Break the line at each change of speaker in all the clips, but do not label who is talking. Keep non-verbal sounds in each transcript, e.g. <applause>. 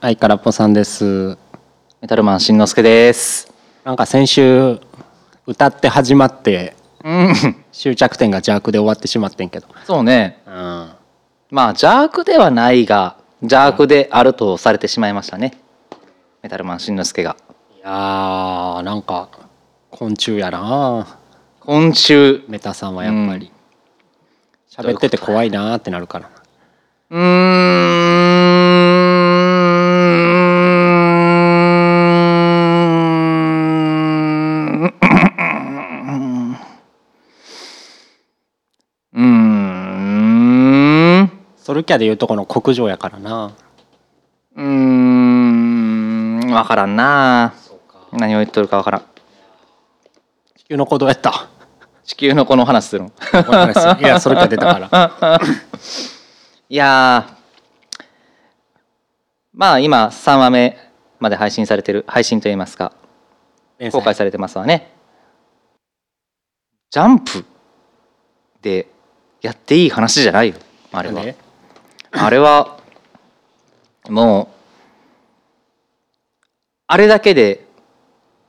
はい、からっぽさんです。
メタルマンしんのすけです。
なんか先週歌って始まって
うん。
終着点が邪悪で終わってしまってんけど。
そうね。
うん。ま
まあ邪悪ではないが邪悪であるとされてしまいましたね。メタルマンしんのすけが
いやーなんか昆虫やな。
今週
メタさんはやっぱり喋ってて怖いなーってなるから。
うーん。うーん。
ソルキャでいうとこの国情やからな。
うーん分からんな何を言っとるか分からん
地球の子どうやった。
地球のこの話するの <laughs>
わかんないですいやソルキャ出たから。
いやーまあ今3話目まで配信されてる配信といいますか
連載
公開されてますわねジャンプでやっていい話じゃないよあれは
ね
あれはもうあれだけで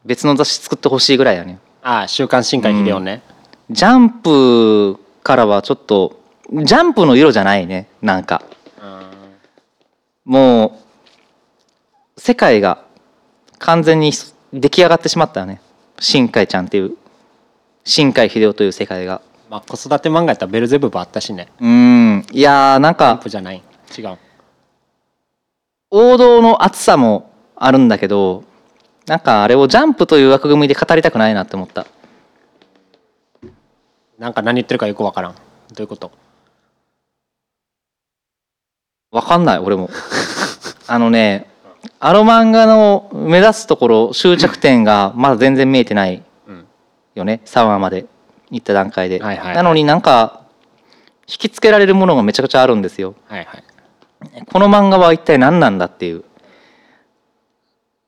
別の雑誌作ってほしいぐらいやね
ああ週刊新海秀夫ね。
ジャンプからはちょっとジャンプの色じゃないねなんかもう世界が完全に出来上がってしまったよね新海ちゃんっていう新海秀夫という世界が
まあ子育て漫画やったらベルゼブブあったしね。
うんいやーなん
ジャン
か
プじゃない。違う。
王道の厚さもあるんだけどなんかあれをジャンプという枠組みで語りたくないなって思った
なんか何言ってるかよくわからん。どういうこと。
わかんない俺もあのねあの漫画の目指すところ終着点がまだ全然見えてない
うん
よね3話まで行った段階で、
はいはいはい
なのになんか引きつけられるものがめちゃくちゃあるんですよ
はいはい。
この漫画は一体何なんだっていう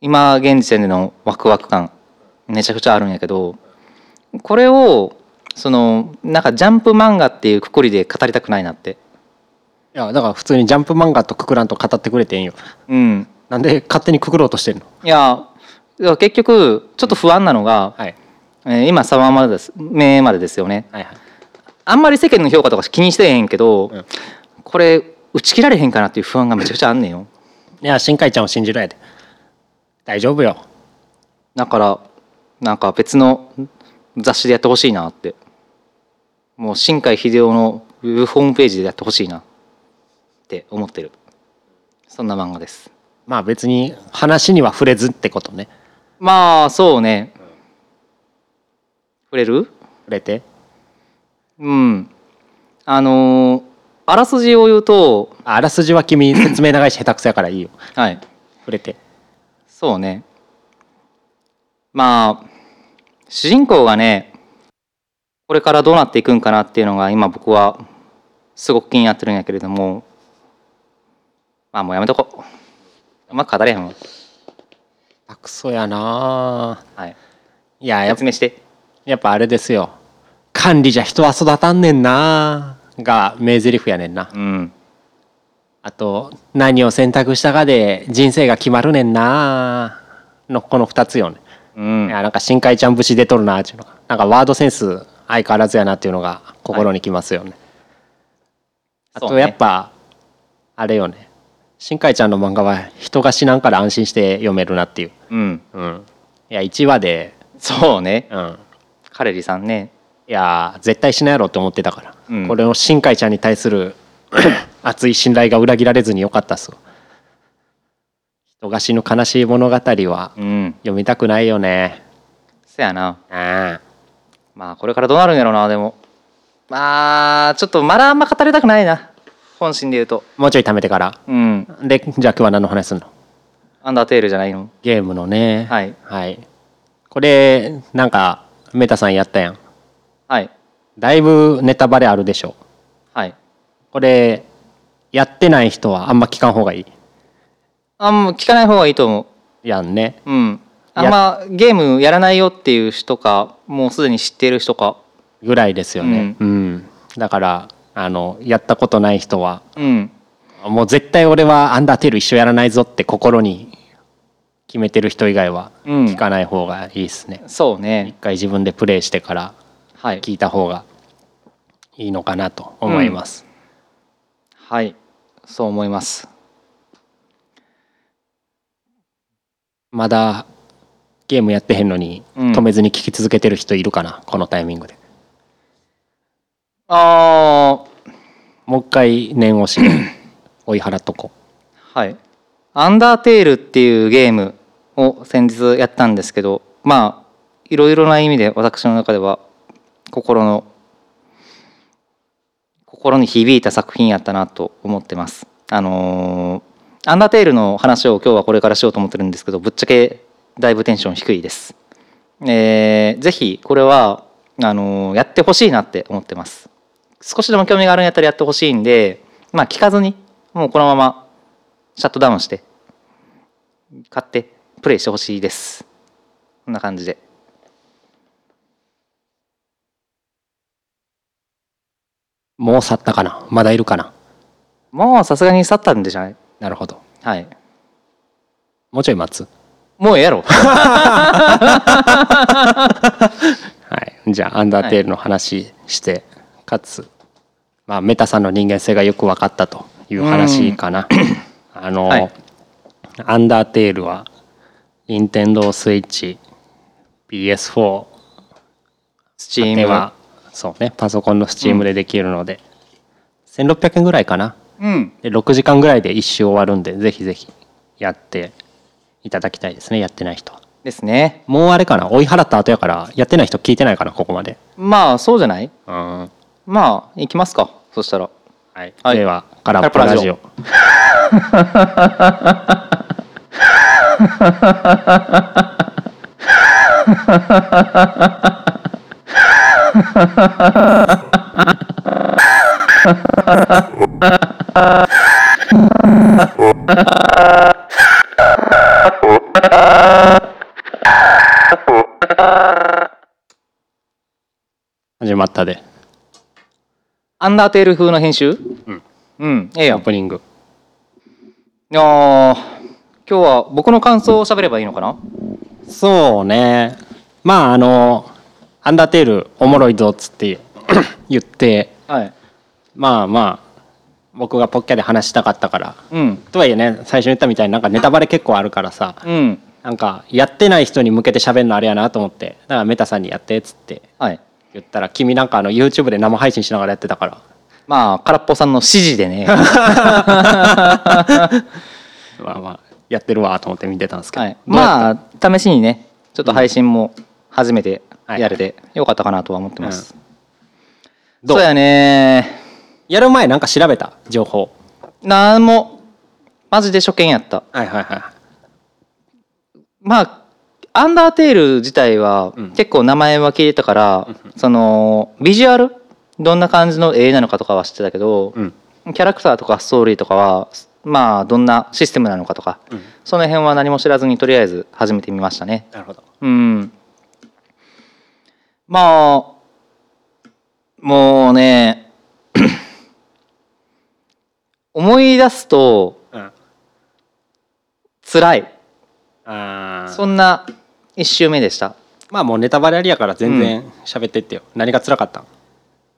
今現時点でのワクワク感めちゃくちゃあるんやけどこれをそのなんかジャンプ漫画っていうくくりで語りたくないなって
いやだから普通にジャンプ漫画とくくらんと語ってくれてんよ
うん
なんで勝手にくくろうとしてんの
いやいや結局ちょっと不安なのが、
はい
えー今3話までです目までですよね
はいはい
あんまり世間の評価とか気にしてへんけど、
うん
これ打ち切られへんかなっていう不安がめちゃくちゃあんねんよ
いや新海ちゃんを信じろやで大丈夫よ
だからなんか別の雑誌でやってほしいなってもう新海秀夫のウェブホームページでやってほしいなって思ってるそんな漫画です
まあ別に話には触れずってことね
まあそうね触れる
触れて
うんあのーあらすじを言うと
ああらすじは君説明長いし下手くそやからいいよ
はい
触れて
そうねまあ主人公がねこれからどうなっていくんかなっていうのが今僕はすごく気になってるんやけれどもまあもうやめとこううまく語れへんわ
下手くそやなあ
はい
いややっ
説明して
やっぱあれですよ管理じゃ人は育たんねんなあが名台詞やねんな
うん
あと何を選択したかで人生が決まるねんなあのこの2つよね
うん
いやなんか深海ちゃん節出とるなっていうのがなんかワードセンス相変わらずやなっていうのが心にきますよね、あ
そう
と
ね
やっぱ、あれよね深海ちゃんの漫画は人が死なんから安心して読めるなっていう、
うん
うん、いや1話で、
そうね
うん、
カレリさんね
いや絶対死ないやろって思ってたから、
うん
これの深海ちゃんに対する <coughs> 熱い信頼が裏切られずによかったっすわ人が死ぬ悲しい物語は
うん
読みたくないよね
そやな
ああ
まあこれからどうなるんやろうなでもまあちょっとまだあんま語りたくないな本心で言うと
もうちょい貯めてから
うん
でじゃあ今日は何の話すんの
アンダーテールじゃないの
ゲームのね
はい
はいこれなんかメタさんやったやん
はい
だいぶネタバレあるでしょ
はい
これやってない人はあんま聞かん方がいい
あんま聞かない方がいいと思
やんね
ううんあんまゲームやらないよっていう人かもうすでに知っている人か
ぐらいですよねうん、だからあのやったことない人は
うん
もう絶対俺はアンダーテール一生やらないぞって心に決めてる人以外は
うん
聞かない方がいいですね、
そう
一
ね
回自分でプレイしてから
はい
聞いた方がいいのかなと思います、
はいそう思います
まだゲームやってへんのに
うん
止めずに聞き続けてる人いるかな、このタイミングで
ああ
もう一回念押し
<coughs>
追い払っとこ
はい「アンダーテール」っていうゲームを先日やったんですけどまあいろいろな意味で私の中では心の心に響いた作品やったなと思ってますあのーアンダーテール」の話を今日はこれからしようと思ってるんですけどぶっちゃけだいぶテンション低いですえーぜひこれはあのーやってほしいなって思ってます少しでも興味があるんやったらやってほしいんでまあ聞かずにもうこのままシャットダウンして買ってプレイしてほしいですこんな感じで
うもう去ったかなまだいるかな
もうさすがに去ったんでじゃない
なるほど
はい
もうちょい待つ
もうええや <laughs> ろ
はいじゃあアンダーテールの話して、かつまあメタさんの人間性がよく分かったという話かなあの、
はい
アンダーテールは任天堂スイッチ PS4
スチー
で
ム
はそうねパソコンの Steam でできるので、1600円ぐらいかな
うん
で6時間ぐらいで一周終わるんでぜひぜひやっていただきたいですねやってない人は
ですね
もうあれかな追い払った後やからやってない人聞いてないかなここまで
まあそうじゃない
うんは
まあ行きますかそしたら
い、
はい
では「空っぽラジオ」始まったで
アンダーテール風の編集うん、
オ
ええや
ー
ん
プニング
あー今日は僕の感想を喋ればいいのかな
そうねまああの「アンダーテールおもろいぞ」っつって <coughs> 言って
はい
まあまあ僕がポッキャで話したかったから
うん
とはいえね最初に言ったみたいになんかネタバレ結構あるからさ
うん
なんかやってない人に向けて喋るのあれやなと思ってだからメタさんにやってっつって
はい
言ったら君なんかあの YouTube で生配信しながらやってたから
まあ空っぽさんの指示で <laughs> ね
まあまあやってるわと思って見てたんですけど、
はい、
どうやった
まあ試しにねちょっと配信も初めてやれてよかったかなとは思ってます、
どう
そうやね
やる前なんか調べた情報
なんもマジで初見やった
はいはいは
まあアンダーテール自体は
うん
結構名前は聞いてたから、そのビジュアルどんな感じの絵なのかとかは知ってたけど
い、、うん
キャラクターとかストーリーとかはまあどんなシステムなのかとか、
うん
その辺は何も知らずにとりあえず始めてみましたね
なるほど
うん。まあ、もうね、 <coughs> 思い出すと
うんあ
辛い。
あ
そんな一周目でした。
まあもうネタバレありやから全然喋ってってよ、何が辛かったん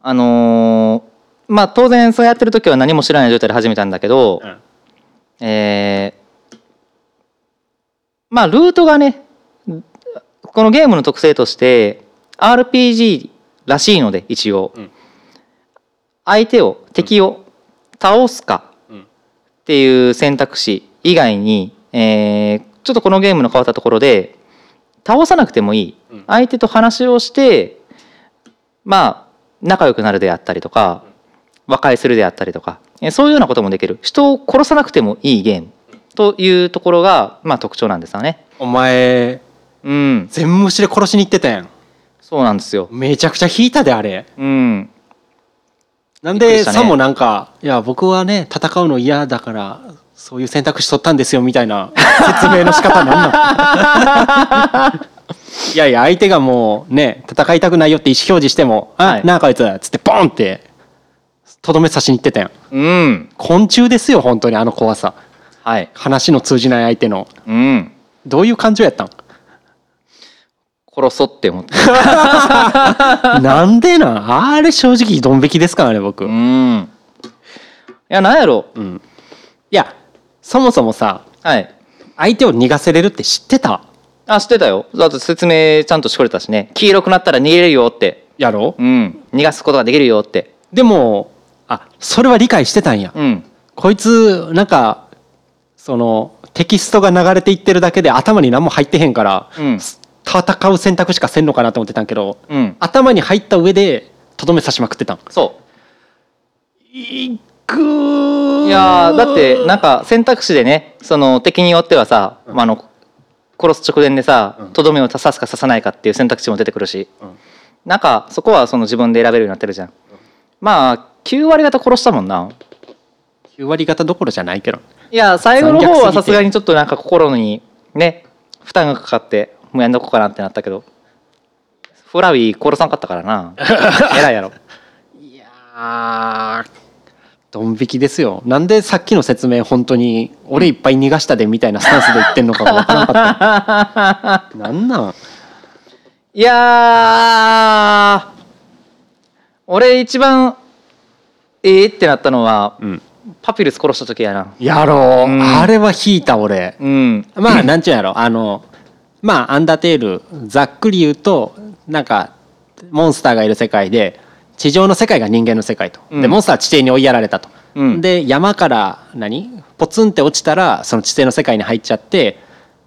あのーまあ当然そうやってる時は何も知らない状態で始めたんだけど、
うん
えーまあルートがねこのゲームの特性として RPG らしいので一応、
うん
相手を敵を倒すか
うん
っていう選択肢以外に、えーちょっとこのゲームの変わったところで倒さなくてもいい、
うん
相手と話をしてまあ仲良くなるであったりとか和解するであったりとかえーそういうようなこともできる人を殺さなくてもいいゲームというところが、まあ、特徴なんですよね。
お前
うん、
全無視で殺しに行ってたやん
そうなんですよ。
めちゃくちゃ引いたであれ
うん、
なん
びっくり
で
したね
さもなんか、いや僕はね戦うの嫌だからそういう選択肢取ったんですよみたいな説明の仕方なんなん
<laughs>
いやいや相手がもうね戦いたくないよって意思表示しても「あ、
はい
なあこいつ」っつってボンってとどめ刺しに行ってたやん
うん
昆虫ですよ本当にあの怖さ
はい
話の通じない相手の
うん
どういう感情やったん
殺そうって思って
なんでなんあれ正直ドン引きですからね僕、
うんいやなんやろ
うんいやそもそもさ
はい
相手を逃がせれるって知ってた
あ知ってたよだって説明ちゃんとしてくれたしね黄色くなったら逃げれるよって
やろ、
うん逃がすことができるよって
でもあそれは理解してたんや、
うん
こいつなんかそのテキストが流れていってるだけで頭に何も入ってへんから、
うん
す戦う選択しかせんのかなと思ってたんやけど
うん
頭に入った上でとどめ刺しまくってたん
そ
いくー
ういやーだってなんか選択肢でねその敵によってはさ、まあ、あの殺す直前でさとどめを刺すか刺さないかっていう選択肢も出てくるし、
うん
なんかそこはその自分で選べるようになってるじゃん、まあ9割方殺したもんな
9割方どころじゃないけど
いや最後の方
残虐すぎ
は
て
さすがにちょっとなんか心にね負担がかかってもうやんどこうかなってなったけどフラウィー殺さんかったか
<laughs>
らな偉いやろ
いやードン引きですよなんでさっきの説明本当に俺いっぱい逃がしたでみたいなスタンスで言ってんのかが分からなかったなんなん
いやー俺一番ええってなったのは、
うん
パピルス殺した時やな
やろう、
うん
あれは引いた俺
うん
まあなんちゅうんやろあのまあアンダーテールざっくり言うとなんかモンスターがいる世界で地上の世界が人間の世界と、
うん
でモンスターは地底に追いやられたと、
うん
で山から何ポツンって落ちたらその地底の世界に入っちゃって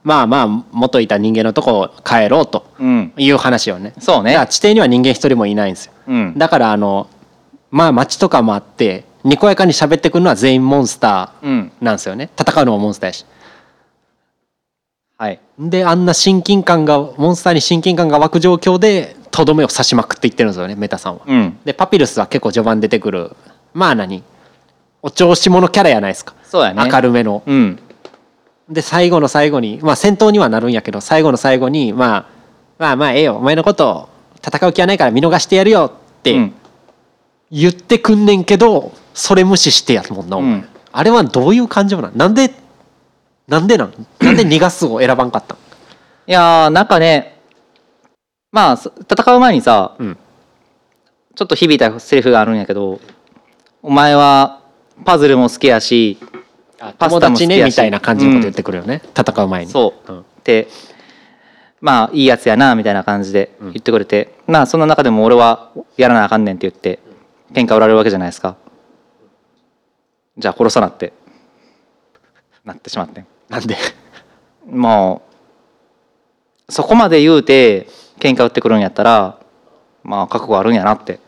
まあまあ元いた人間のとこ帰ろうと
うん
いう話をね
そう
だから
ね
地底には人間一人もいないんですよ
うん
だからあのまあ街とかもあってにこやかに喋ってくるのは全員モンスタ
うん
ーなんですよね戦うのもモンスターやし
はい
であんな親近感がモンスターに親近感が湧く状況でとどめを刺しまくっていってるんですよねメタさんは。
うん
でパピルスは結構序盤出てくるまあ何お調子者キャラやないですか、
そうやね
明るめの。
うん
で最後の最後にまあ戦闘にはなるんやけど最後の最後に、まあ、まあまあええよお前のこと戦う気はないから見逃してやるよっ
う
て
ん
言ってくんねんけどそれ無視してやるもんなお前、
うん
あれはどういう感情なんなんでなんでなんなんで逃がすを選ばんかったん、
いやーなんかねまあそ戦う前にさ
うん
ちょっと響いたセリフがあるんやけど「お前はパズルも好きやし
友
パスタも好
達
き
ね
や
み
した
いな感じのこと言ってくるよね、戦う前に
そう、
うん
でまあいいやつやなみたいな感じで
うん
言ってくれて、まあそんな中でも俺はやらなあかんねんって言って喧嘩売られるわけじゃないですかじゃあ殺さなってなってしまってん
なんで
もうそこまで言うて喧嘩売ってくるんやったらまあ覚悟あるんやなって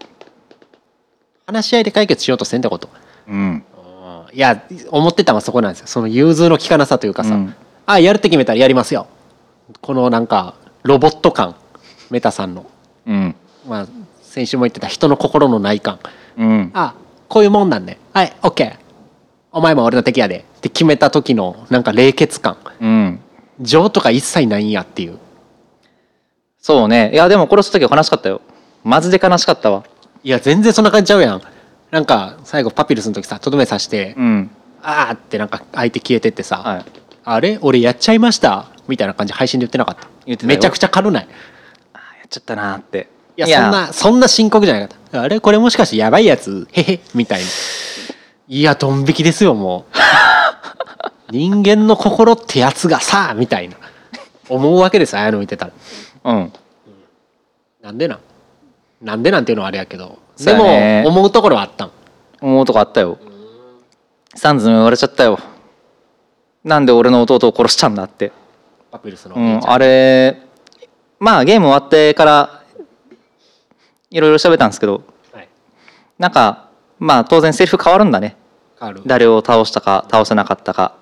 話し合いで解決しようとせんってこと
うん
いや思ってたのはそこなんですよその融通の利かなさというかさ、
うん
あやるって決めたらやりますよこのなんかロボット感メタさんの
うん
まあ先週も言ってた人の心のない感
うん
あこういうもんなんねはいオッケーお前も俺の敵やでって決めた時のなんか冷血感
うん
情とか一切ないんやっていう
そうねいやでも殺す時は悲しかったよマジで悲しかったわ
いや全然そんな感じちゃうやんなんか最後パピルスの時さとどめさして、
うん
あーってなんか相手消えてってさ、
はい
あれ俺やっちゃいましたみたいな感じ配信で言ってなかった
言ってたよ
めちゃくちゃ軽ない
あーやっちゃったなーって
いやそんなそんな深刻じゃなかったあれこれもしかしてやばいやつへへみたいないやドン引きですよも
<laughs>
う人間の心ってやつがさみたいな思うわけですああいうの見てたら
うん
なんでなんなんでなんていうのはあれやけど
そ
で
うやね
も思うところはあったん
思うとこあったよサンズに言われちゃったよなんで俺の弟を殺したんだって、
パピルスのお
う
兄
ん
ち、ゃん
あれまあゲーム終わってからいろいろ喋ったんですけど
はい
なんかまあ当然セリフ変わるんだね
カール
誰を倒したか倒せなかったか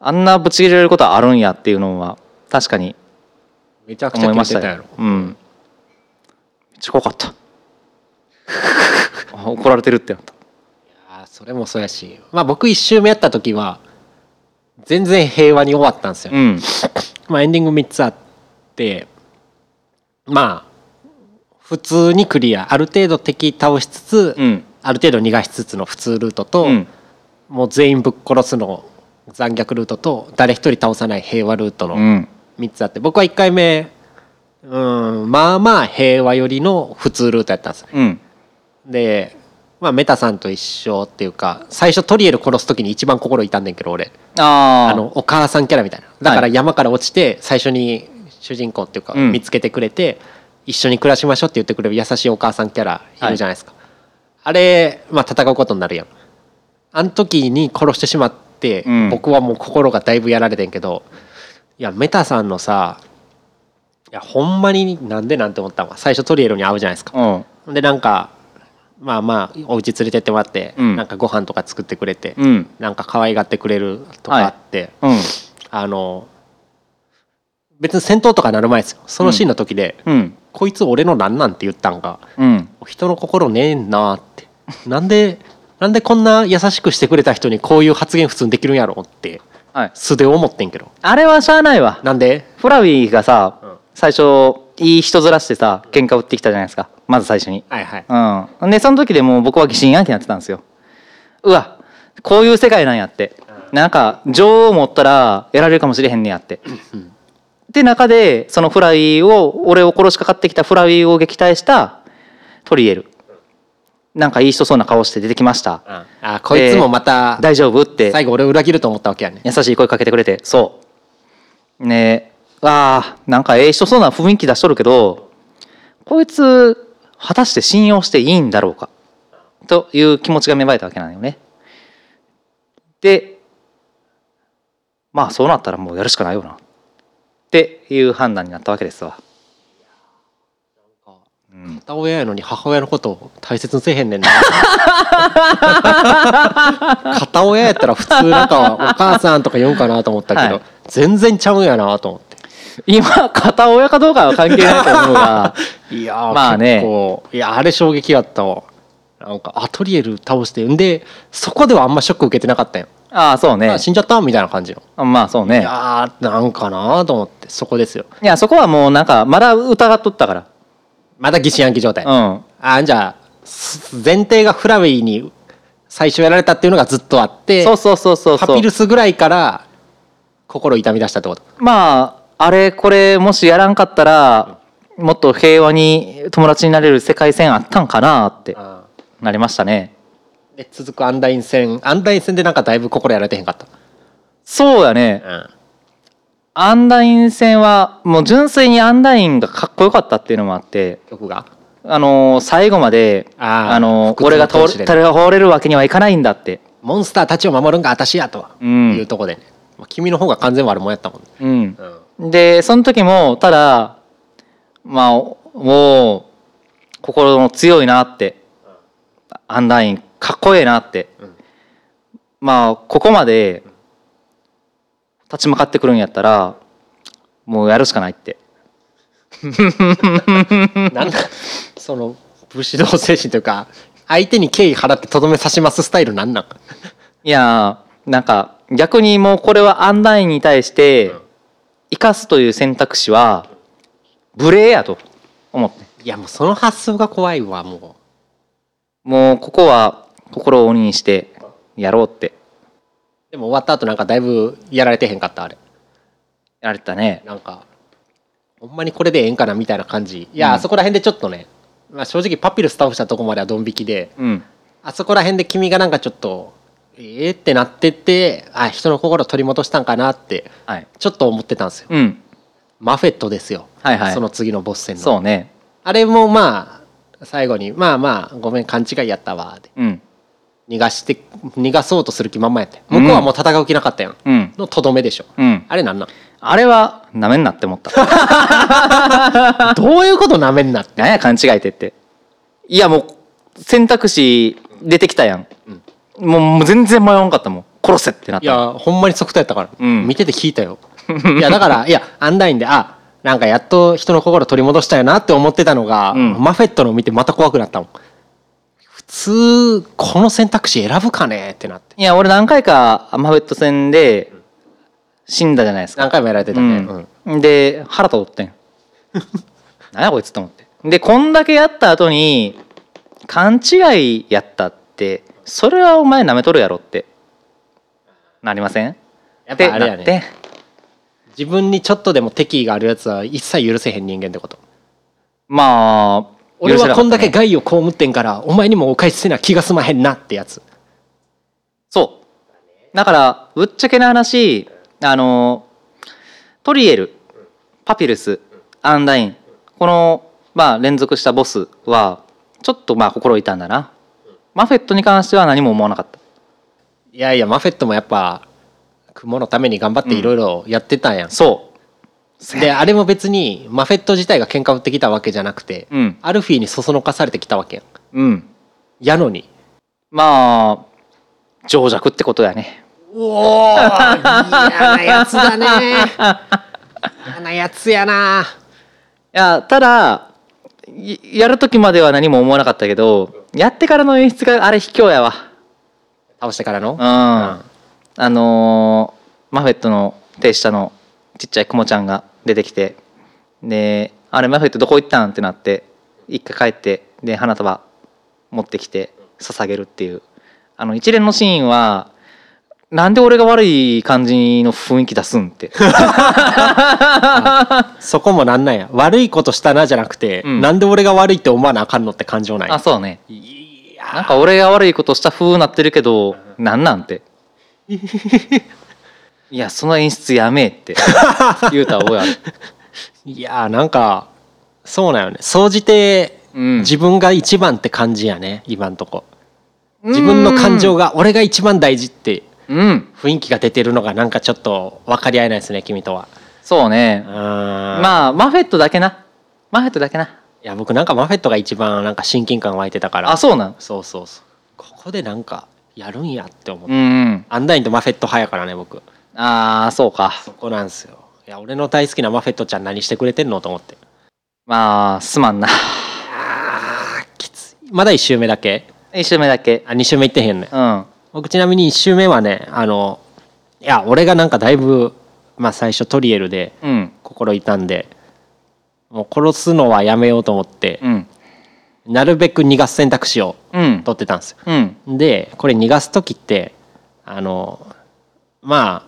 あんなぶち切れることあるんやっていうのは確かに
めちゃくちゃ
思
決
いま
め
してた
たや
よ
ろ、
うん、めっちゃ怖かった <laughs> あ怒られてるってなった
あーそれもそうやしまあ僕1周目やった時は全然平和に終わったんですよ、
うん
まあエンディング3つあってまあ普通にクリアある程度敵倒しつつ、
うん
ある程度逃がしつつの普通ルートと、
うん
もう全員ぶっ殺すの残虐ルートと誰一人倒さない平和ルートの
うん
3つあって僕は1回目うんまあまあ平和寄りの普通ルートやったんですね
うん
で、まあ、メタさんと一緒っていうか最初トリエル殺す時に一番心痛んでんけど俺
あー
あのお母さんキャラみたいなだから
はい
山から落ちて最初に主人公っていうか
うん
見つけてくれて、一緒に暮らしましょうって言ってくれる優しいお母さんキャラいるじゃないですか、あれ、まあ、戦うことになるやんあの時に殺してしまって、
うん
僕はもう心がだいぶやられてんけどいやメタさんのさいやほんまになんでなんて思ったわ最初トリエルに会うじゃないですか
うん
でなんかまあまあお家連れてってもらって、
うん
なんかご飯とか作ってくれて、
うん
なんか可愛がってくれるとかあって、
うん
あの別に戦闘とかなる前ですよそのシーンの時で、
うん
こいつ俺のなんなんって言ったんが
うん
人の心ねえなってなんでなんでこんな優しくしてくれた人にこういう発言普通にできるんやろって
はい
素で思ってんけど
あれはしゃあないわ
なんで
フラウィーがさ、
うん
最初いい人ずらしてさ喧嘩売ってきたじゃないですかまず最初に
はいはい
うんでその時でもう僕は疑心暗鬼になってたんですようわこういう世界なんやってなんか女王を持ったらやられるかもしれへんねやってで中でそのフラウィーを俺を殺しかかってきたフラウィーを撃退したトリエルなんかいい人そうな顔して出てきました
ああこいつもまた
大丈夫って
最後俺裏切ると思ったわけやね
優しい声かけてくれてそうねえあーなんかええ人そうな雰囲気出しとるけどこいつ果たして信用していいんだろうかという気持ちが芽生えたわけなんよねでまあそうなったらもうやるしかないよなっていう判断になったわけですわ、うん、
片親やのに母親のことを大切にせえへんねん
<laughs>
な片親やったら普通なんかお母さんとか言うんかなと思ったけど、
はい
全然ちゃうんやなと思って
今片親かどうかは関係ないと思
<laughs>
うが
いやー
まあね
結構いやあれ衝撃やったわなんかアトリエル倒してんでそこではあんまショック受けてなかったよ、
ああそうね
あ死んじゃったみたいな感じの
まあそう
い
ね
やーなんかなと思ってそこですよ
いやそこはもうなんかまだ疑っとったから
まだ疑心暗鬼状態、
うん
あじゃあす前提がフラウェイに最初やられたっていうのがずっとあって
そうそうそうそうそう
パピルスぐらいから心痛み出したってこと
まああれこれもしやらんかったらもっと平和に友達になれる世界線あったんかなってなりましたね
で続くアンダイン戦アンダイン戦でなんかだいぶ心やられてへんかった、
そうやねアンダイン戦はもう純粋にアンダインがかっこよかったっていうのもあって
曲が
あのー最後まで
あー
あの
不
ー
屈
俺
の
が倒
闘
れ
志でね
誰が倒れるわけにはいかないんだって
モンスターたちを守るんが私やと
うん
いうとこで、ねまあ君の方が完全悪者やったもんね、
うんでその時もただまあもう心も強いなってアンダインかっこええなって、
うん
まあここまで立ち向かってくるんやったらもうやるしかないって
なんか <laughs> その武士道精神というか相手に敬意払ってとどめ刺しますスタイルなんなん
いやーなんか逆にもうこれはアンダインに対して生かすという選択肢は無礼やと思って
いやもうその発想が怖いわも
もうここは心を鬼にしてやろうって
うでも終わった後なんかだいぶやられてへんかったあれ
やられたね
なんかほんまにこれでええんかなみたいな感じいや、あそこら辺でちょっとね、まあ、正直パピルス倒したとこまではドン引きで
うん
あそこら辺で君がなんかちょっとええってなってってあ人の心取り戻したんかなって
はい。
ちょっと思ってたんですよ
うん。
マフェットですよ、
はいはい
その次のボス戦の
そうね。
あれもまあ最後に「まあまあごめん勘違いやったわ」で
うん。
逃がして逃がそうとする気まんまやって向こうはもう戦う気なかったやん、
うん。
のとどめでしょ
うん。
あれなんなん
あれは、なめんなって思 <laughs> った。
どういうことなめんなって
なんや勘違いってって。いやもう、選択肢出てきたやん。もうもう全然迷わんかったもん。殺せってなっ
い
た。
やほんまに即答やったから、
うん
見てて聞いた
<laughs>
よいやだからいやアンダインであなんかやっと人の心取り戻したよなって思ってたのが、
うん
マフェットのを見てまた怖くなったもん普通この選択肢選ぶかねってなって
いや、俺何回かマフェット戦で死んだじゃないですか。
何回もやられてたね、うん
うん、で腹 <laughs> 立ってんなんやこいつと思ってでこんだけやった後に勘違いやったってそれはお前なめとるやろってなりません
やっぱあれや
ってな
ね
って
自分にちょっとでも敵意があるやつは一切許せへん人間ってこと
まあ
俺
許せな
は
か
こ
った
ん
ね
だけ害を被ってんからお前にもお返しせな気が済まへんなってやつ
そうだからぶっちゃけな話あのトリエルパピルスアンダインこの、まあ、連続したボスはちょっとまあ心痛んだなマフェットに関しては何も思わなかった
いやいやマフェットもやっぱ雲のために頑張っていろいろやってたんやん、
そ
であれも別にマフェット自体が喧嘩売ってきたわけじゃなくて、
ううん
アルフィーにそそのかされてきたわけやん
うん
やのに
まあ情弱ってことだね
おお嫌なやつだね <laughs> 嫌なやつやない
やただいやる時までは何も思わなかったけどやってからの演出があれ卑怯やわ
倒してからの
うん、あのーマフェットの手下のちっちゃいクモちゃんが出てきてで「あれマフェットどこ行ったん?」ってなって一回帰ってで花束持ってきて捧げるっていうあの一連のシーンはなんで俺が悪い感じの雰囲気出すんって
そこもなんなんや悪いことしたなじゃなくて、
うん
なんで俺が悪いって思わなあかんのって感情ない
あそうね
い
なん
や
か俺が悪いことした風になってるけどなんなん
<laughs>
ていやその演出やめえ
<laughs>
って言うた覚えある、
いやなんかそうなんよね総じて
うん、
自分が一番って感じやね今んとこ自分の感情
が
が俺が一番大事って
うん
雰囲気が出てるのがなんかちょっと分かり合えないですね君とは
そうね
まあ
まあマフェットだけなマフェットだけない
や僕なんかマフェットが一番なんか親近感湧いてたから
あそうなん
そうそうそうここでなんかやるんやって思って、
うんうん
アンダインとマフェット派やからね僕
ああそうか
そこなんすよいや俺の大好きなマフェットちゃん何してくれてんのと思って
まあすまんな <laughs>
あーきついまだ1周目だけ
一周目だけ
あ2周目行ってへんね
うん
僕ちなみに1周目はねあのいや俺がなんかだいぶまあ最初トリエルで
うん
心痛んでもう殺すのはやめようと思って
う、ん
なるべく逃がす選択肢を
うん
取ってたんですよ
うん
でこれ逃がす時ってあのま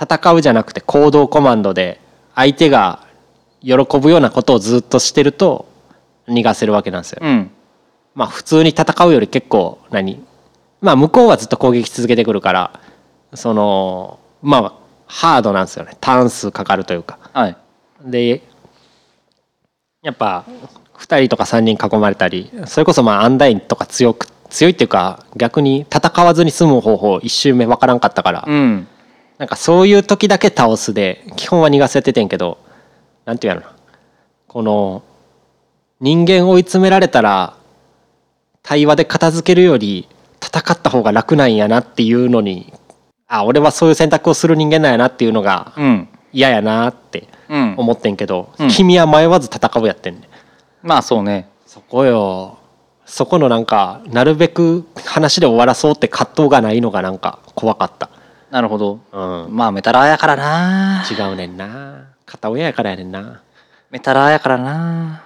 あ戦うじゃなくて行動コマンドで相手が喜ぶようなことをずっとしてると逃がせるわけなんですよ。
うん
まあ普通に戦うより結構何まあ向こうはずっと攻撃続けてくるからそのまあハードなんですよねターン数かかるというか。
はい
でやっぱ2人とか3人囲まれたりそれこそまあアンダインとか強く強いっていうか逆に戦わずに済む方法1周目分からんかったから、
うん
なんかそういう時だけ倒すで基本は逃がせててんけどなんていうやろなこの人間追い詰められたら対話で片付けるより戦った方が楽なんやなっていうのにあ俺はそういう選択をする人間なんやなっていうのが
うん
嫌やなって
うん
思ってんけど、
うん
君は迷わず戦うやってんね
まあそうね
そこよそこのなんかなるべく話で終わらそうって葛藤がないのがなんか怖かった
なるほど
うん
まあメタラーやからな
違うねんな片親やからやねんな
メタラーやからな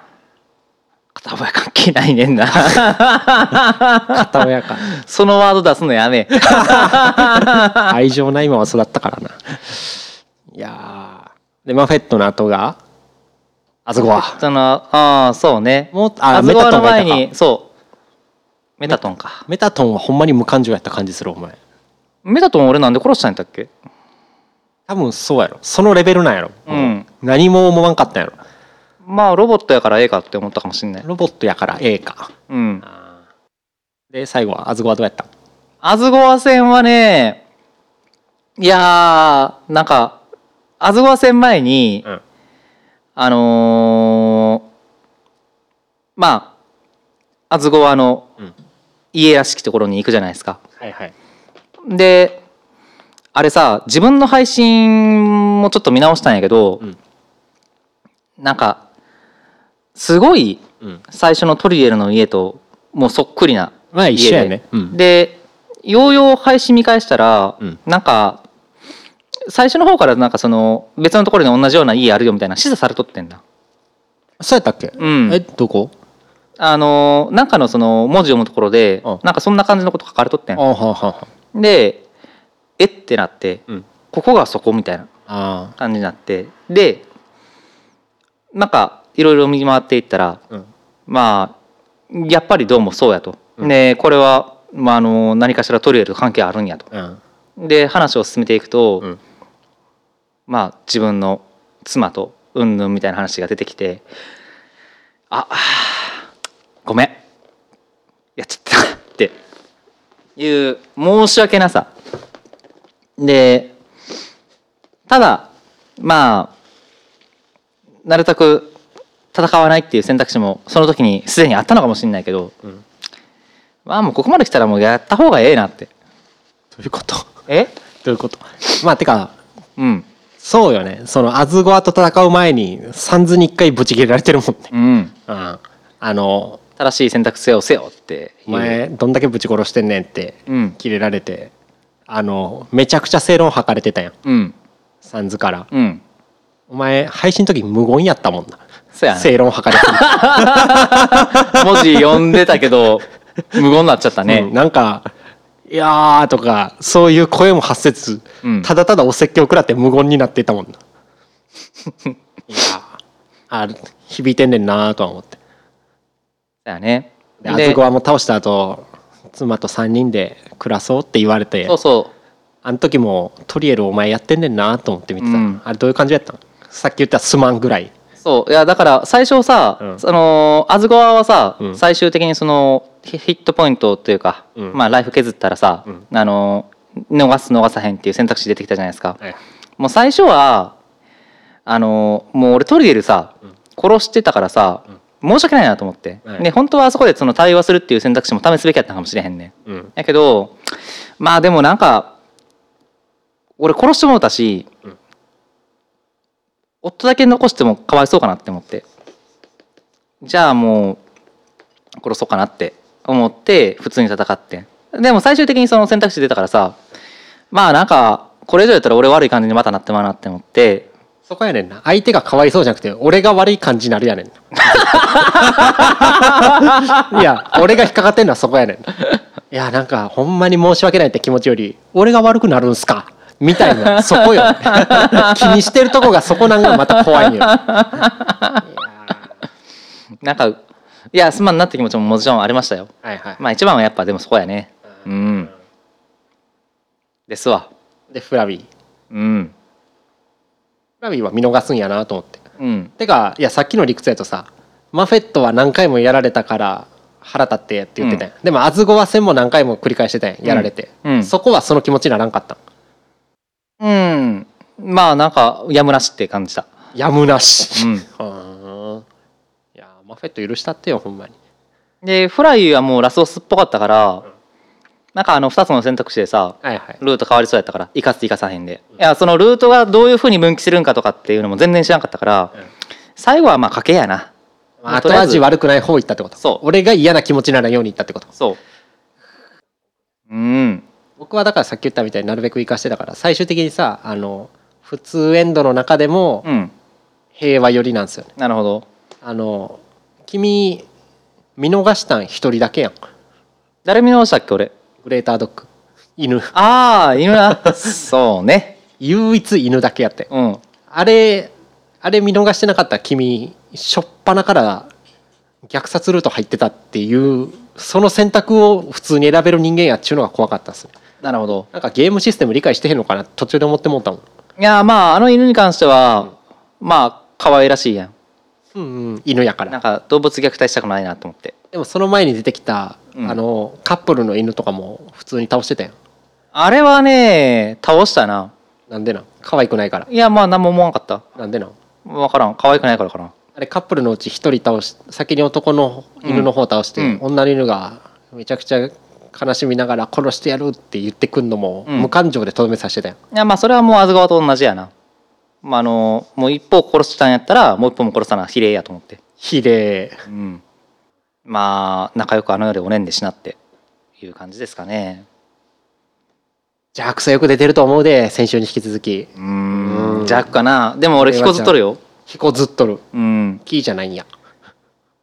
片親関係ないねんな <laughs>
片親か
そのワード出すのやめえ
愛情ないまま育ったからないやーでマフェットの後があそこは
そのああそうね
もうあ
あ
メ
メ
タ
タ
ト
ト
ン
ン
が
前
いたか
にそうメタトンか
メタトンはほんまに無感情やった感じするお前
メタトン俺なんで殺したんやったっけ
多分そうやろそのレベルなんやろ、
うん
何も思わんかったんやろ
まあロボットやからええかって思ったかもしんない
ロボットやからええか
うん
で最後はあずごはどうやった
アズゴア戦はねいやーなんかアズゴア戦前に、
うん
あのーまあアズゴアの
うん
家らしきところに行くじゃないですか
はいはい
であれさ自分の配信もちょっと見直したんやけど、
うん
なんかすごい
うん
最初のトリエルの家ともうそっくりな
まあ
家で
一緒やねうん
でようよう配信見返したら、
うん
なんか最初の方からなんかその別のところに同じような家あるよみたいな示唆されとってんだ
そうやったっけ
うん
えどこ
あのなんかのその文字読むところで
うん
なんかそんな感じのこと書かれとって
あははは
んでえってなって
うん
ここがそこみたいな
あ
感じになってでなんかいろいろ見回っていった
あ
ら
うん
まあやっぱりどうもそうやと、
うん
でこれは、まあ、あの何かしらトリエルと関係あるんやと
うん
で話を進めていくと、
うん
まあ自分の妻とうんぬんみたいな話が出てきてああごめんやっちゃったっていう申し訳なさでただまあなるたく戦わないっていう選択肢もその時にすでにあったのかもしれないけど、
うん
まあもうここまで来たらもうやった方がええなって
どういうこと <laughs> ど
え
ういうことまあてか
うん
そうよねそのアズゴアと戦う前にサンズに一回ブチ切れられてるもんね
う
う
ん
んあの
正しい選択肢をせよって
「
い
お
う
前どんだけブチ殺してんねん」って
うん
切れられてあのめちゃくちゃ正論吐かれてたやん
うん
サンズから
うん
お前配信の時無言やったもんな
そうやね
正論吐かれてる
文字読んでたけ
<laughs>
ど無言になっちゃった
ね、うん
ね
なんか「いやー」とかそういう声も発せず、
うん
ただただお説教食らって無言になっていたもんな <laughs> いやーあ響いてんねんなーとは思って
そうやね
でアズゴアも倒した後妻と3人で暮らそうって言われて
そうそ
あの時も「トリエルお前やってんねんな」と思って見てた、
うん
あれどういう感じやったのさっき言った「すまん」ぐらいう
そういやだから最初さ、
うん
そのアズゴアはさ、
うん
最終的にそのヒヒットポイントというか、
うん
まあライフ削ったらさ、
うん
あの逃す逃さへんっていう選択肢出てきたじゃないですか、
はい
もう最初はあのもう俺トリエルさ、
うん
殺してたからさ、申し訳ないなと思って、
はい
で本当はあそこでその対話するっていう選択肢も試すべきやったのかもしれへんね
うん
やけどまあでもなんか俺殺してもらったし、
うん
夫だけ残してもかわいそうかなって思ってじゃあもう殺そうかなって思って普通に戦ってでも最終的にその選択肢出たからさまあなんかこれ以上やったら俺悪い感じにまたなってまうなって思って
そこやねんな相手がかわいそうじゃなくて俺が悪い感じになるやねんな <laughs> いや俺が引っかかってんのはそこやねんないやなんかほんまに申し訳ないって気持ちより俺が悪くなるんすかみたいなそこよ <laughs> 気にしてるとこがそこなんかまた怖いんよ
なんかいやすまんなって気持ちももちろんありましたよ
はいはい
まあ一番はやっぱでもそこやねうんですわ
でフラビーフ
うん
ラビーは見逃すんやなと思って
うん
てかいやさっきの理屈やとさマフェットは何回もやられたから腹立ってって言ってたやん、でもアズゴは戦も何回も繰り返してたやんやられて、
うんうん
そこはその気持ちにならんかった
うんまあなんかやむなしって感じた
やむなし
う
うんんいやマフェット許したってよほんまに
でフライはもうラスボスっぽかったからなんかあの2つの選択肢でさ
はいはい
ルート変わりそうやったから生かす生かさへんでいやそのルートがどういうふうに分岐するんかとかっていうのも全然知らんかったから
うん
最後はまあ賭けやな
まあ後味悪くない方行ったってこと
そう
俺が嫌な気持ちにならんように行ったってこと
そううん
僕はだからさっき言ったみたいになるべく生かしてたから最終的にさあの普通エンドの中でも
うん
平和寄りなんですよね
なるほど
あの君見逃したん一人だけやん
誰見直したっけ俺
グレータードッグ犬
ああ犬
<laughs>
なそうね
唯一犬だけやって
うん
あれあれ見逃してなかったら君初っ端から虐殺ルート入ってたっていうその選択を普通に選べる人間やっちゅうのが怖かったっすね
なるほど
なんかゲームシステム理解してへんのかな途中で思ってもうたもん
いやまああの犬に関しては、まあ可愛らしいやん
うん、うん、犬やか
なん
ら
か動物虐待したくないなと思って
でもその前に出てきた、
うん
あのカップルの犬とかも普通に倒してたやん
あれはね倒したな
なんでなん可愛くないから
いやまあ何も思わんかった
なんでなん
分からん可愛くないからかな
あれカップルのうち一人倒し先に男の犬の方倒して、
うん
女の犬がめちゃくちゃ悲しみながら殺してやるって言ってくんのも
うん
無感情でとどめさせてたよ、
いやまあそれはもうアズガワと同じやなまああのもう一方殺したんやったらもう一方も殺さな比例やと思って
ひでえ
うんまあ仲良くあの世でおねんでしなっていう感じですかね
邪悪さよく出てると思うで先週に引き続き
うーん
うん
邪悪かなでも俺引こずっとるよ
引こずっとる
うん
キーじゃないんや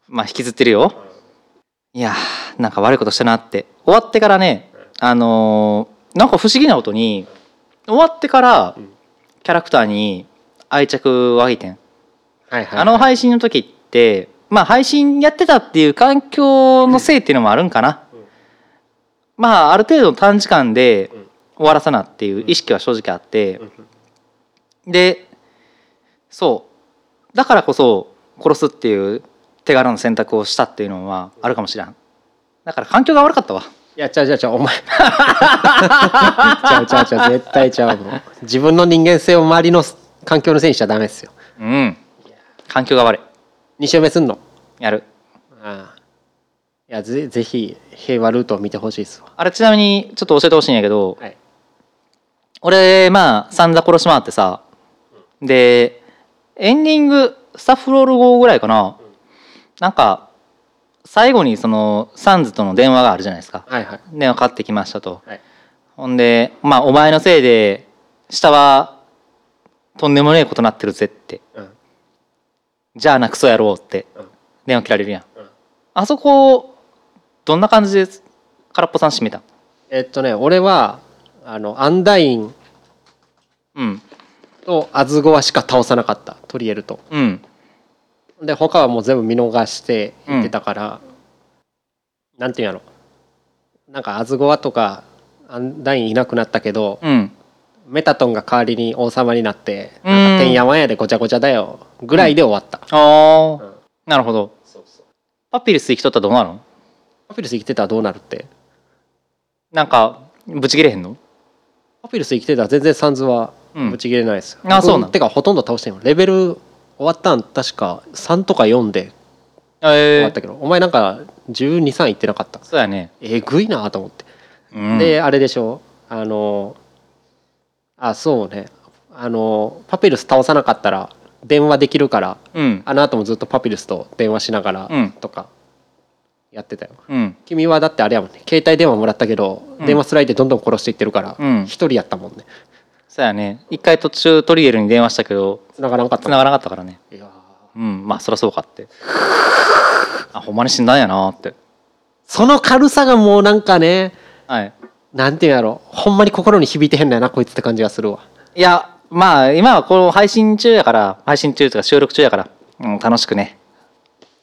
まあ引きずってるよいやーなんか悪いことしたなって終わってからねあのーなんか不思議なことに終わってから
ん
キャラクターに愛着湧いてん
はいはい
あの配信の時ってまあ配信やってたっていう環境のせいっていうのもあるんかな、
うん
まあある程度の短時間で
うん
終わらさなっていう意識は正直あって
うん、
でそうだからこそ殺すっていう手柄の選択をしたっていうのはあるかもしれんだから環境が悪かったわ
いやちゃうちゃうちゃうお前 <laughs> ちゃうちゃうちゃう絶対ちゃうもん自分の人間性を周りの環境のせいにしちゃダメですよ
うん環境が悪い
2周目すんの
やる
ああいやぜぜひ平和ルートを見てほしいですわ
あれちなみにちょっと教えてほしいんやけど、
はい
俺まあ散々殺し回ってさでエンディングスタッフロール後ぐらいかな、なんか最後にそのサンズとの電話があるじゃないですか
はいはい
電話かかってきましたと
はい
ほんでまあお前のせいで下はとんでもねえことなってるぜって
うん
じゃあなクソやろうって
うん
電話切られるやん、
うん
あそこどんな感じで空っぽさん閉めた
えっとね俺はあのアンダイン
うん
とアズゴはしか倒さなかったトリエルと
うん
で他はもう全部見逃していってたから、なんていうんやろなんかアズゴアとかアンダインいなくなったけど、
うん
メタトンが代わりに王様になって「
うん
なんかてんやわんやでごちゃごちゃだよ」ぐらいで終わった、
ああ、
うん
なるほど
そうそう
パピルス生きとったらどうなるの
パピルス生きてたらどうなるって
なんかぶち切れへんの
パピルス生きてたら全然サンズは
うん
ぶち切れないですよ、
あそうなん
てかほとんど倒してんよレベル終わったん確か3とか4で終
え
わったけど、お前なんか123いってなかった
そうやね、
えぐいなと思って、
うん、
であれでしょあのあそうねあのパピルス倒さなかったら電話できるから
うん
あの後もずっとパピルスと電話しながら
うん
とかやってたよ、
うん
君はだってあれやもんね携帯電話もらったけど、
うん
電話スライでどんどん殺していってるから
うん
一人やったもんね
そうやね一回途中トリエルに電話したけど
繋がらんかった
繋がらなかったからね
いやー
うんまあそりゃそうかって <laughs> あほんまに死んだんやなって
その軽さがもうなんかね
はい
なんていうんやろほんまに心に響いてへんだよなこいつって感じがするわ
いやまあ今はこの配信中やから配信中とか収録中やから、うん、楽しくね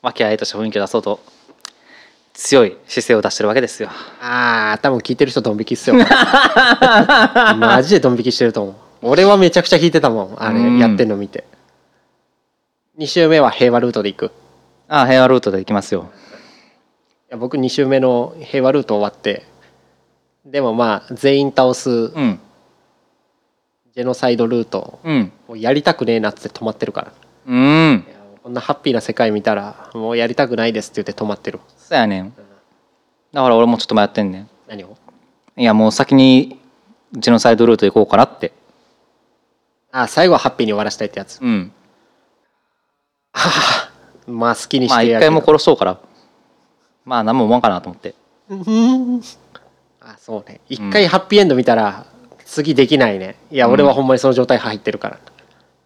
和気あいあいとした雰囲気を出そうと強い姿勢を出してるわけですよ
あー多分聞いてる人ドン引きっ
<laughs>
すよマジでドン引きしてると思う俺はめちゃくちゃ聞いてたもんあ
うん
れやってんの見て2周目は平和ルートで行くい
あ平和ルートで行きますよ
や僕2周目の平和ルート終わってでもまあ全員倒す
うん
ジェノサイドルート
うん
もうやりたくねえなっつって止まってるから
うん
いやこんなハッピーな世界見たらもうやりたくないですって言って止まってるわ
そうやねんだから俺もちょっと迷ってんね
何を
んいやもう先にジェノサイドルート行こうかなって
あ最後はハッピーに終わらしたいってやつ
うん
まあ好きに
まあ
して
一
やるけ
回
ど
も殺しとうからまあ何も思わんかなと思って
うんあそうね一回ハッピーエンド見たら次できないねいや俺はほんまにその状態入ってるから、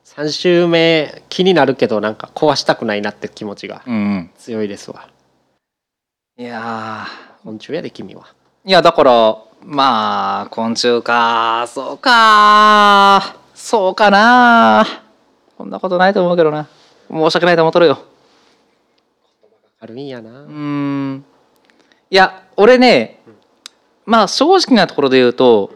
3周目気になるけどなんか壊したくないなって気持ちが
うん、うん
強いですわ
いや
昆虫やで君はい
やだからまあ昆虫かそうかそうかなこんなことないと思うけどな申し訳ないと思っとるよ
軽いんやな
うーんいや俺ねまあ正直なところで言うと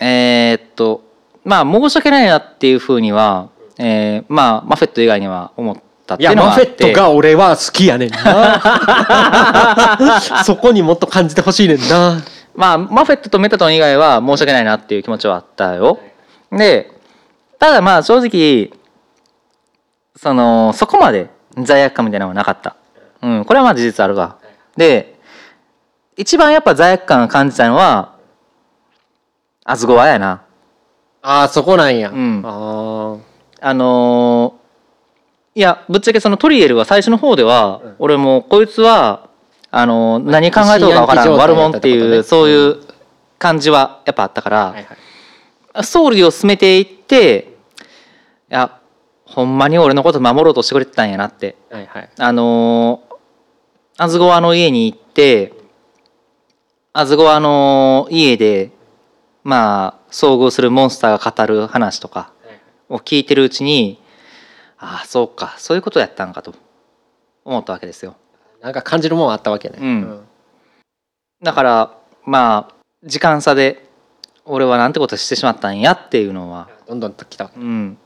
えーっとまあ申し訳ないなっていうふうには、えーまあマフェット以外には思ったっ
い
てい
や
うの
マ
はあっ
フ
て
ェットが俺は好きやねんな <laughs> そこにもっと感じてほしいねんな
まあ、マフェットとメタトン以外は申し訳ないなっていう気持ちはあったよ。で、ただまあ正直、その、そこまで罪悪感みたいなのはなかった。うん、これはまあ事実あるわ。で、一番やっぱ罪悪感を感じたのは、アズゴワやな。
ああそこなんや、
うん
あ
あのーいや、ぶっちゃけそのトリエルは最初の方では、
うん
俺もこいつは、あのー何考えとるかわからん、
疑心暗鬼状態
悪者ってい
や
う、
ったってこ
そ
と
う
ね
いう感じはやっぱあったから、
あはいはい
総理を進めていっていやほんまに俺のこと守ろうとしてくれてたんやなって
はいはい
あのーアズゴアの家に行ってあそこはあの家でまあ遭遇するモンスターが語る話とかを聞いてるうちにああそうかそういうことやったんかと思ったわけですよ
なんか感じるもんあったわけね、
うんだからまあ時間差で俺はなんてことしてしまったんやっていうのは
どんどんときたわけ
うん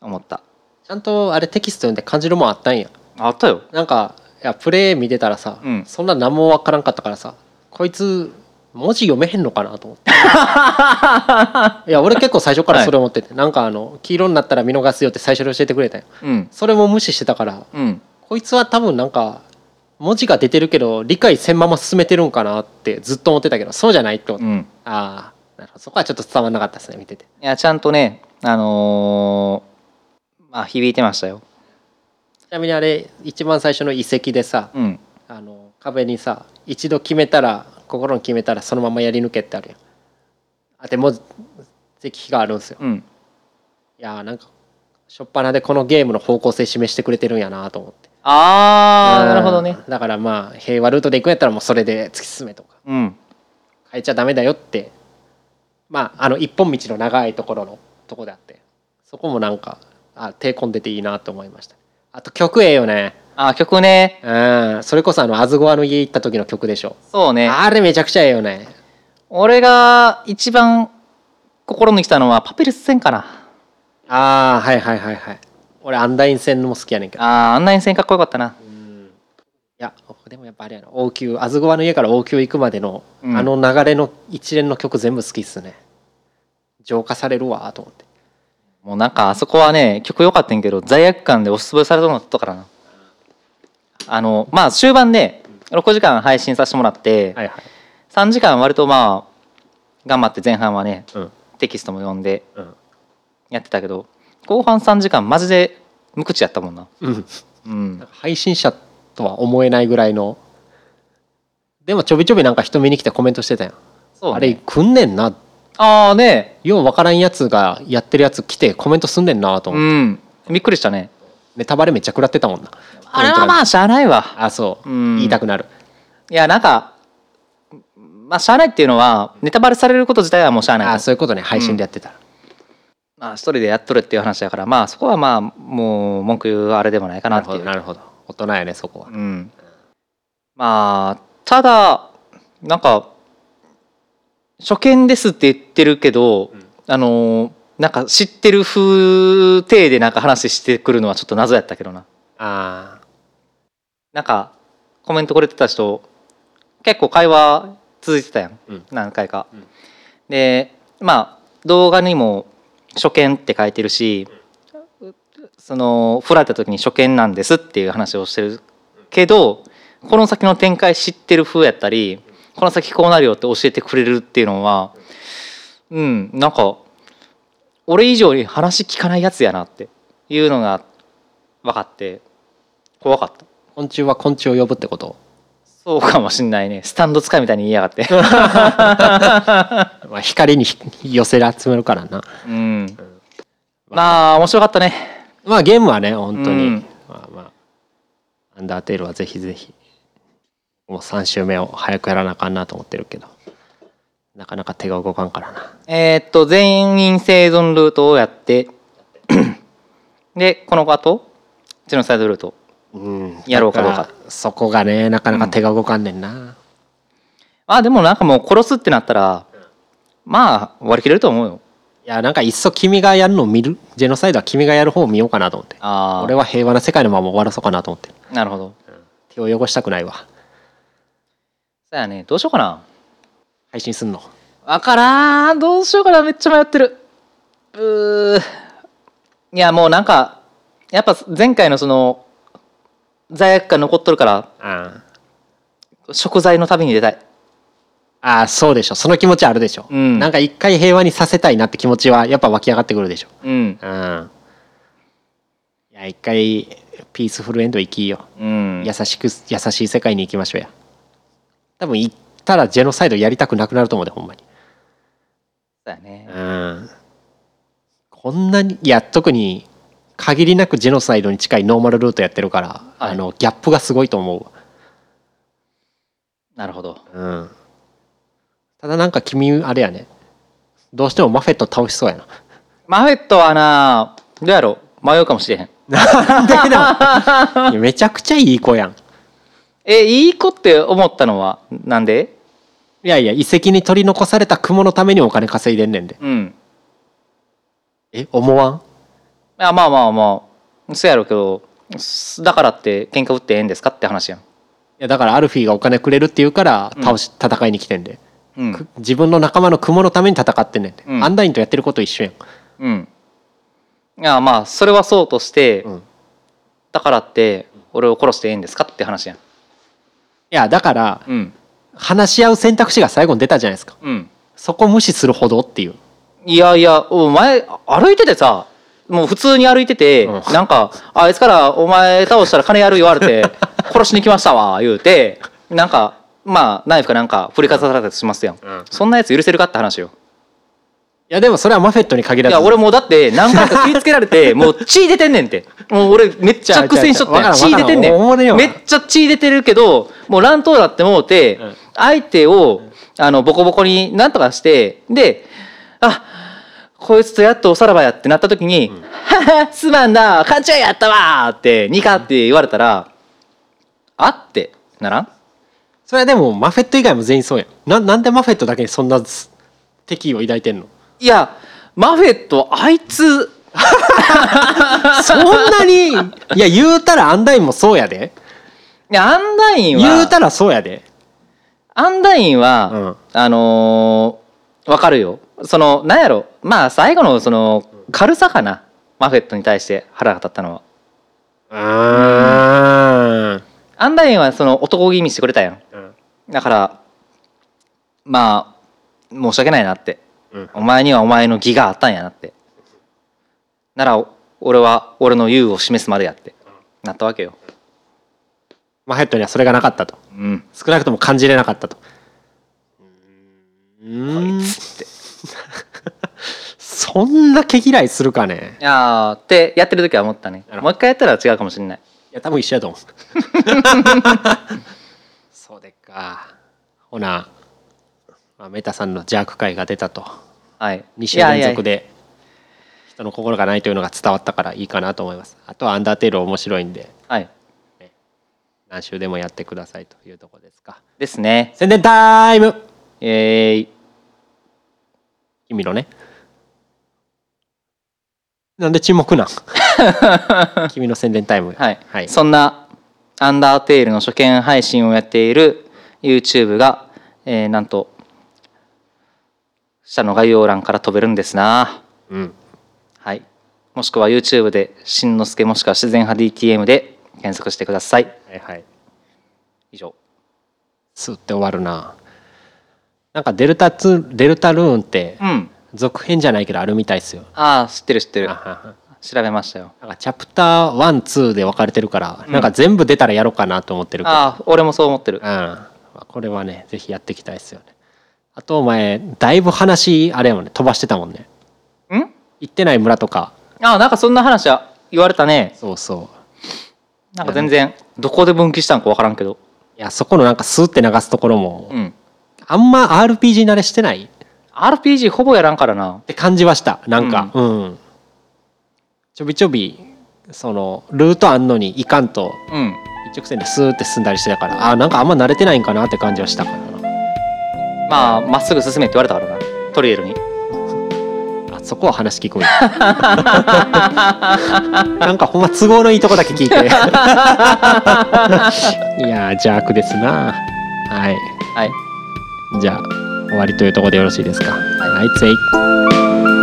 思った
ちゃんとあれテキスト読んで感じるもんあったんや
あったよ
なんかいやプレイ見てたらさ、
うん
そんな何もわからんかったからさこいつ文字読めへんのかなと思って
<laughs>
いや俺結構最初からそれ思ってて、なんかあの黄色になったら見逃すよって最初に教えてくれたよ
うん
それも無視してたから
うん
こいつは多分なんか文字が出てるけど理解せんまま進めてるんかなってずっと思ってたけどそうじゃないってこと、
うん
ああなるほどそこはちょっと伝わんなかったですね見てて
いやちゃんとねあのーまあ響いてましたよ
ちなみにあれ一番最初の遺跡でさ、
うん
あの壁にさ一度決めたら心に決めたらそのままやり抜けってあるやんあても石碑があるんですよ
うん
いやーなんか初っ端でこのゲームの方向性示してくれてるんやなと思って
あ
う
あ
ん
なるほどね
だからまあ平和ルートで行くんやったらもうそれで突き進めとか
うん
変えちゃダメだよってまああの一本道の長いところのとこであってそこもなんかあ手込んでていいなと思いましたあと曲ええよね
あー曲ね
うんそれこそあのアズゴアの家行った時の曲でしょ
そうね
あれめちゃくちゃええよね
俺が一番心に来たのはパピルス戦かな
ああはいはいはいはい俺アンダイン戦も好きやねんけどい
あーあんなに戦かっこよかったな
やでもやっぱあれやな王宮あずごわの家から王宮行くまでの、
うん
あの流れの一連の曲全部好きっすね浄化されるわと思って
もうなんかあそこはね曲良かったんやけど罪悪感で押しつぶされそうになったからなあのまあ終盤で6時間配信させてもらって、
はいはい
3時間割とまあ頑張って前半はね
うん
テキストも読んで
うん
やってたけど後半3時間マジで無口やったもんな
うん
うん
配信者とは思えないぐらいのでもちょびちょびなんか人見に来てコメントしてたやん、
そう、ね、
あれくんねんな
ああね
ようわからんやつがやってるやつ来てコメントすんねんなと思
う
って、
んびっくりしたね
ネタバレめっちゃ食らってたもんな
あれはまあしゃあないわ
あそう、
うん
言いたくなる
いやなんかまあしゃあないっていうのはネタバレされること自体はもうしゃあない
あそういうことね配信でやってたら、
まあ一人でやっとるっていう話だからまあそこはまあもう文句言うあれでもないか
な
なっ
る
て
ほ
い
ど
う
なるほど大人やねそこは、
うん、まあただなんか初見ですって言ってるけど、
ん
あのーなんか知ってる風体でなんか話してくるのはちょっと謎やったけどな
あ
なんかコメントくれてた人結構会話続いてたやん、
うん
何回か、
うん
でまあ動画にも「初見」って書いてるし、その振られた時に「初見なんです」っていう話をしてるけどこの先の展開知ってる風やったりこの先こうなるよって教えてくれるっていうのはうんなんか俺以上に話聞かないやつやなっていうのが分かって怖かった。
あ昆虫は昆虫を呼ぶってこと、
そうかもしんないねスタンド使いみたいに言いやがって
まあ、光にひ寄せ集めるからな
うんまあ面白かったね
まあゲームはね本当に、
うん
まあまあアンダーテールはぜひぜひもう3周目を早くやらなあかんなと思ってるけどなかなか手が動かんからな
えーっと全員生存ルートをやってでこの後チノサイドルート
うん
やろうかどうか
だらそこがねなかなか手が動かんねんな、
まあでもなんかもう殺すってなったらまあ割り切れると思うよ
いやなんかいっそ君がやるのを見るジェノサイドは君がやる方を見ようかなと思って
ああ
俺は平和な世界のまま終わらそうかなと思って
なるほど
手を汚したくないわ
そうやねどうしようかな
配信すんの
わからんどうしようかなめっちゃ迷ってるうーいやもうなんかやっぱ前回のその罪悪感残っとるから
あ
食材の旅に出たい
あーそうでしょその気持ちあるでしょ、
うん
なんか一回平和にさせたいなって気持ちはやっぱ湧き上がってくるでしょ
うん
うんいや一回ピースフルエンド行きよ、
うん
優しく優しい世界に行きましょうや多分行ったらジェノサイドやりたくなくなると思うでほんまに
そうやね
うんこんなにいや特に限りなくジェノサイドに近いノーマルルートやってるから、
はい
あのギャップがすごいと思うわ
なるほど
うんただなんか君あれやねどうしてもマフェット倒しそうやな
マフェットはなどうやろう迷うかもしれへん
なんでなん <laughs> いやめちゃくちゃいい子やん
えいい子って思ったのはなんで
いやいや遺跡に取り残された雲のためにお金稼いでんねんで
うん
え思わん
あまあまあまあそうやろうけどすだからって喧嘩売ってええんですかって話やん
いやだからアルフィーがお金くれるって言うから倒し、戦いに来てんで、
うん
く自分の仲間の雲のために戦ってんねんで、
うん
アンダインとやってること一緒やん
うんいやまあそれはそうとして、
うん
だからって俺を殺してええんですかって話やん
いやだから
うん
話し合う選択肢が最後に出たじゃないですか
うん
そこ無視するほどっていう
いやいやお前歩いててさもう普通に歩いてて、
うん
なんか「あいつからお前倒したら金やる」言わ
<laughs>
れて「殺しに来ましたわ」言うてなんかまあナイフかなんか振りかざされたりしますやん、
うん
そんなやつ許せるかって話よ
いやでもそれはマフェットに限ら
い
ず
や俺もうだって何回か食いつけられ <laughs> てもう血出てんねんってもう俺めっちゃ苦戦しとったやん
ちゃうち
血
ゃう
出てんね
わからんわからん
んめっちゃ血出てるけどもう乱闘だってもうて
うん
相手をあのボコボコになんとかしてであこいつとやっとおさらばやってなった時に「ははすまんな勘違いやったわ」って「ニカ」って言われたら「あっ?」てならん
それはでもマフェット以外も全員そうやんななんでマフェットだけにそんなす敵意を抱いて
<laughs>
んの
いやマフェットあいつ
そんなにいや言うたらアンダインもそうやで
いやアンダインは
言うたらそうやで
アンダインは、あのーわかるよそのなんやろまあ最後のその軽さかなマフェットに対して腹が立ったのは
うーん
アンダインはその男気味してくれたやん
うん
だからまあ申し訳ないなって
うん
お前にはお前の義があったんやなってならお俺は俺の優を示すまでやってなったわけよ
マフェットにはそれがなかったと
うん
少なくとも感じれなかったとうーん <laughs> そんな毛嫌いするかね
いやーってやってる時は思ったね
なるほど
もう一回やったら違うかもしれない
いや多分一緒や
<laughs>
と思うそうでっかほな、まあ、メタさんの邪悪会が出たと
はい
2週連続
で
で人の心がないというのが伝わったからいいかなと思いますあとは「アンダーテール」面白いんで
はい
何週でもやってくださいというとこですか
ですね
宣伝タイム
えー、
君のねなんで沈
<laughs>
黙なん君の宣伝タイム
はい、
はい、
そんな「アンダーテール」の初見配信をやっている YouTube が、えーなんと下の概要欄から飛べるんですな
うん、
はいもしくは YouTube で「しんのすけ」もしくは「自然派 DTM」で検索してください
はいはい
以上
スって終わるななんかデルタツデルタルーンって
うん
続編じゃないけどあるみたいっすよ
ああ知ってる知って
あ
る
はは
調べましたよ
なんかチャプター12で分かれてるから、
うん
なんか全部出たらやろうかなと思ってるけど
ああ俺もそう思ってる
うんまあこれはねぜひやっていきたいですよねあとお前だいぶ話あれやもんね飛ばしてたもんね
ん
行ってない村とか
ああなんかそんな話は言われたね
そうそう
なんか全然どこで分岐したんか分からんけど
いやそこのなんかスーって流すところも、
うん
あんま RPG 慣れしてないっ
RPG ほぼやらんからな
て感じはしたなんかうん、ちょびちょびそのルートあんのにいかんと
うん
一直線でスーって進んだりしてたからあーなんかあんま慣れてないんかなって感じはしたからな
まあまっすぐ進めって言われたからなトリエルに
あそこは話聞くんやなんかほんま都合のいいとこだけ聞いて <laughs> いやー邪悪ですなはい
はい
じゃあ終わりというところでよろしいですかはい、ツイ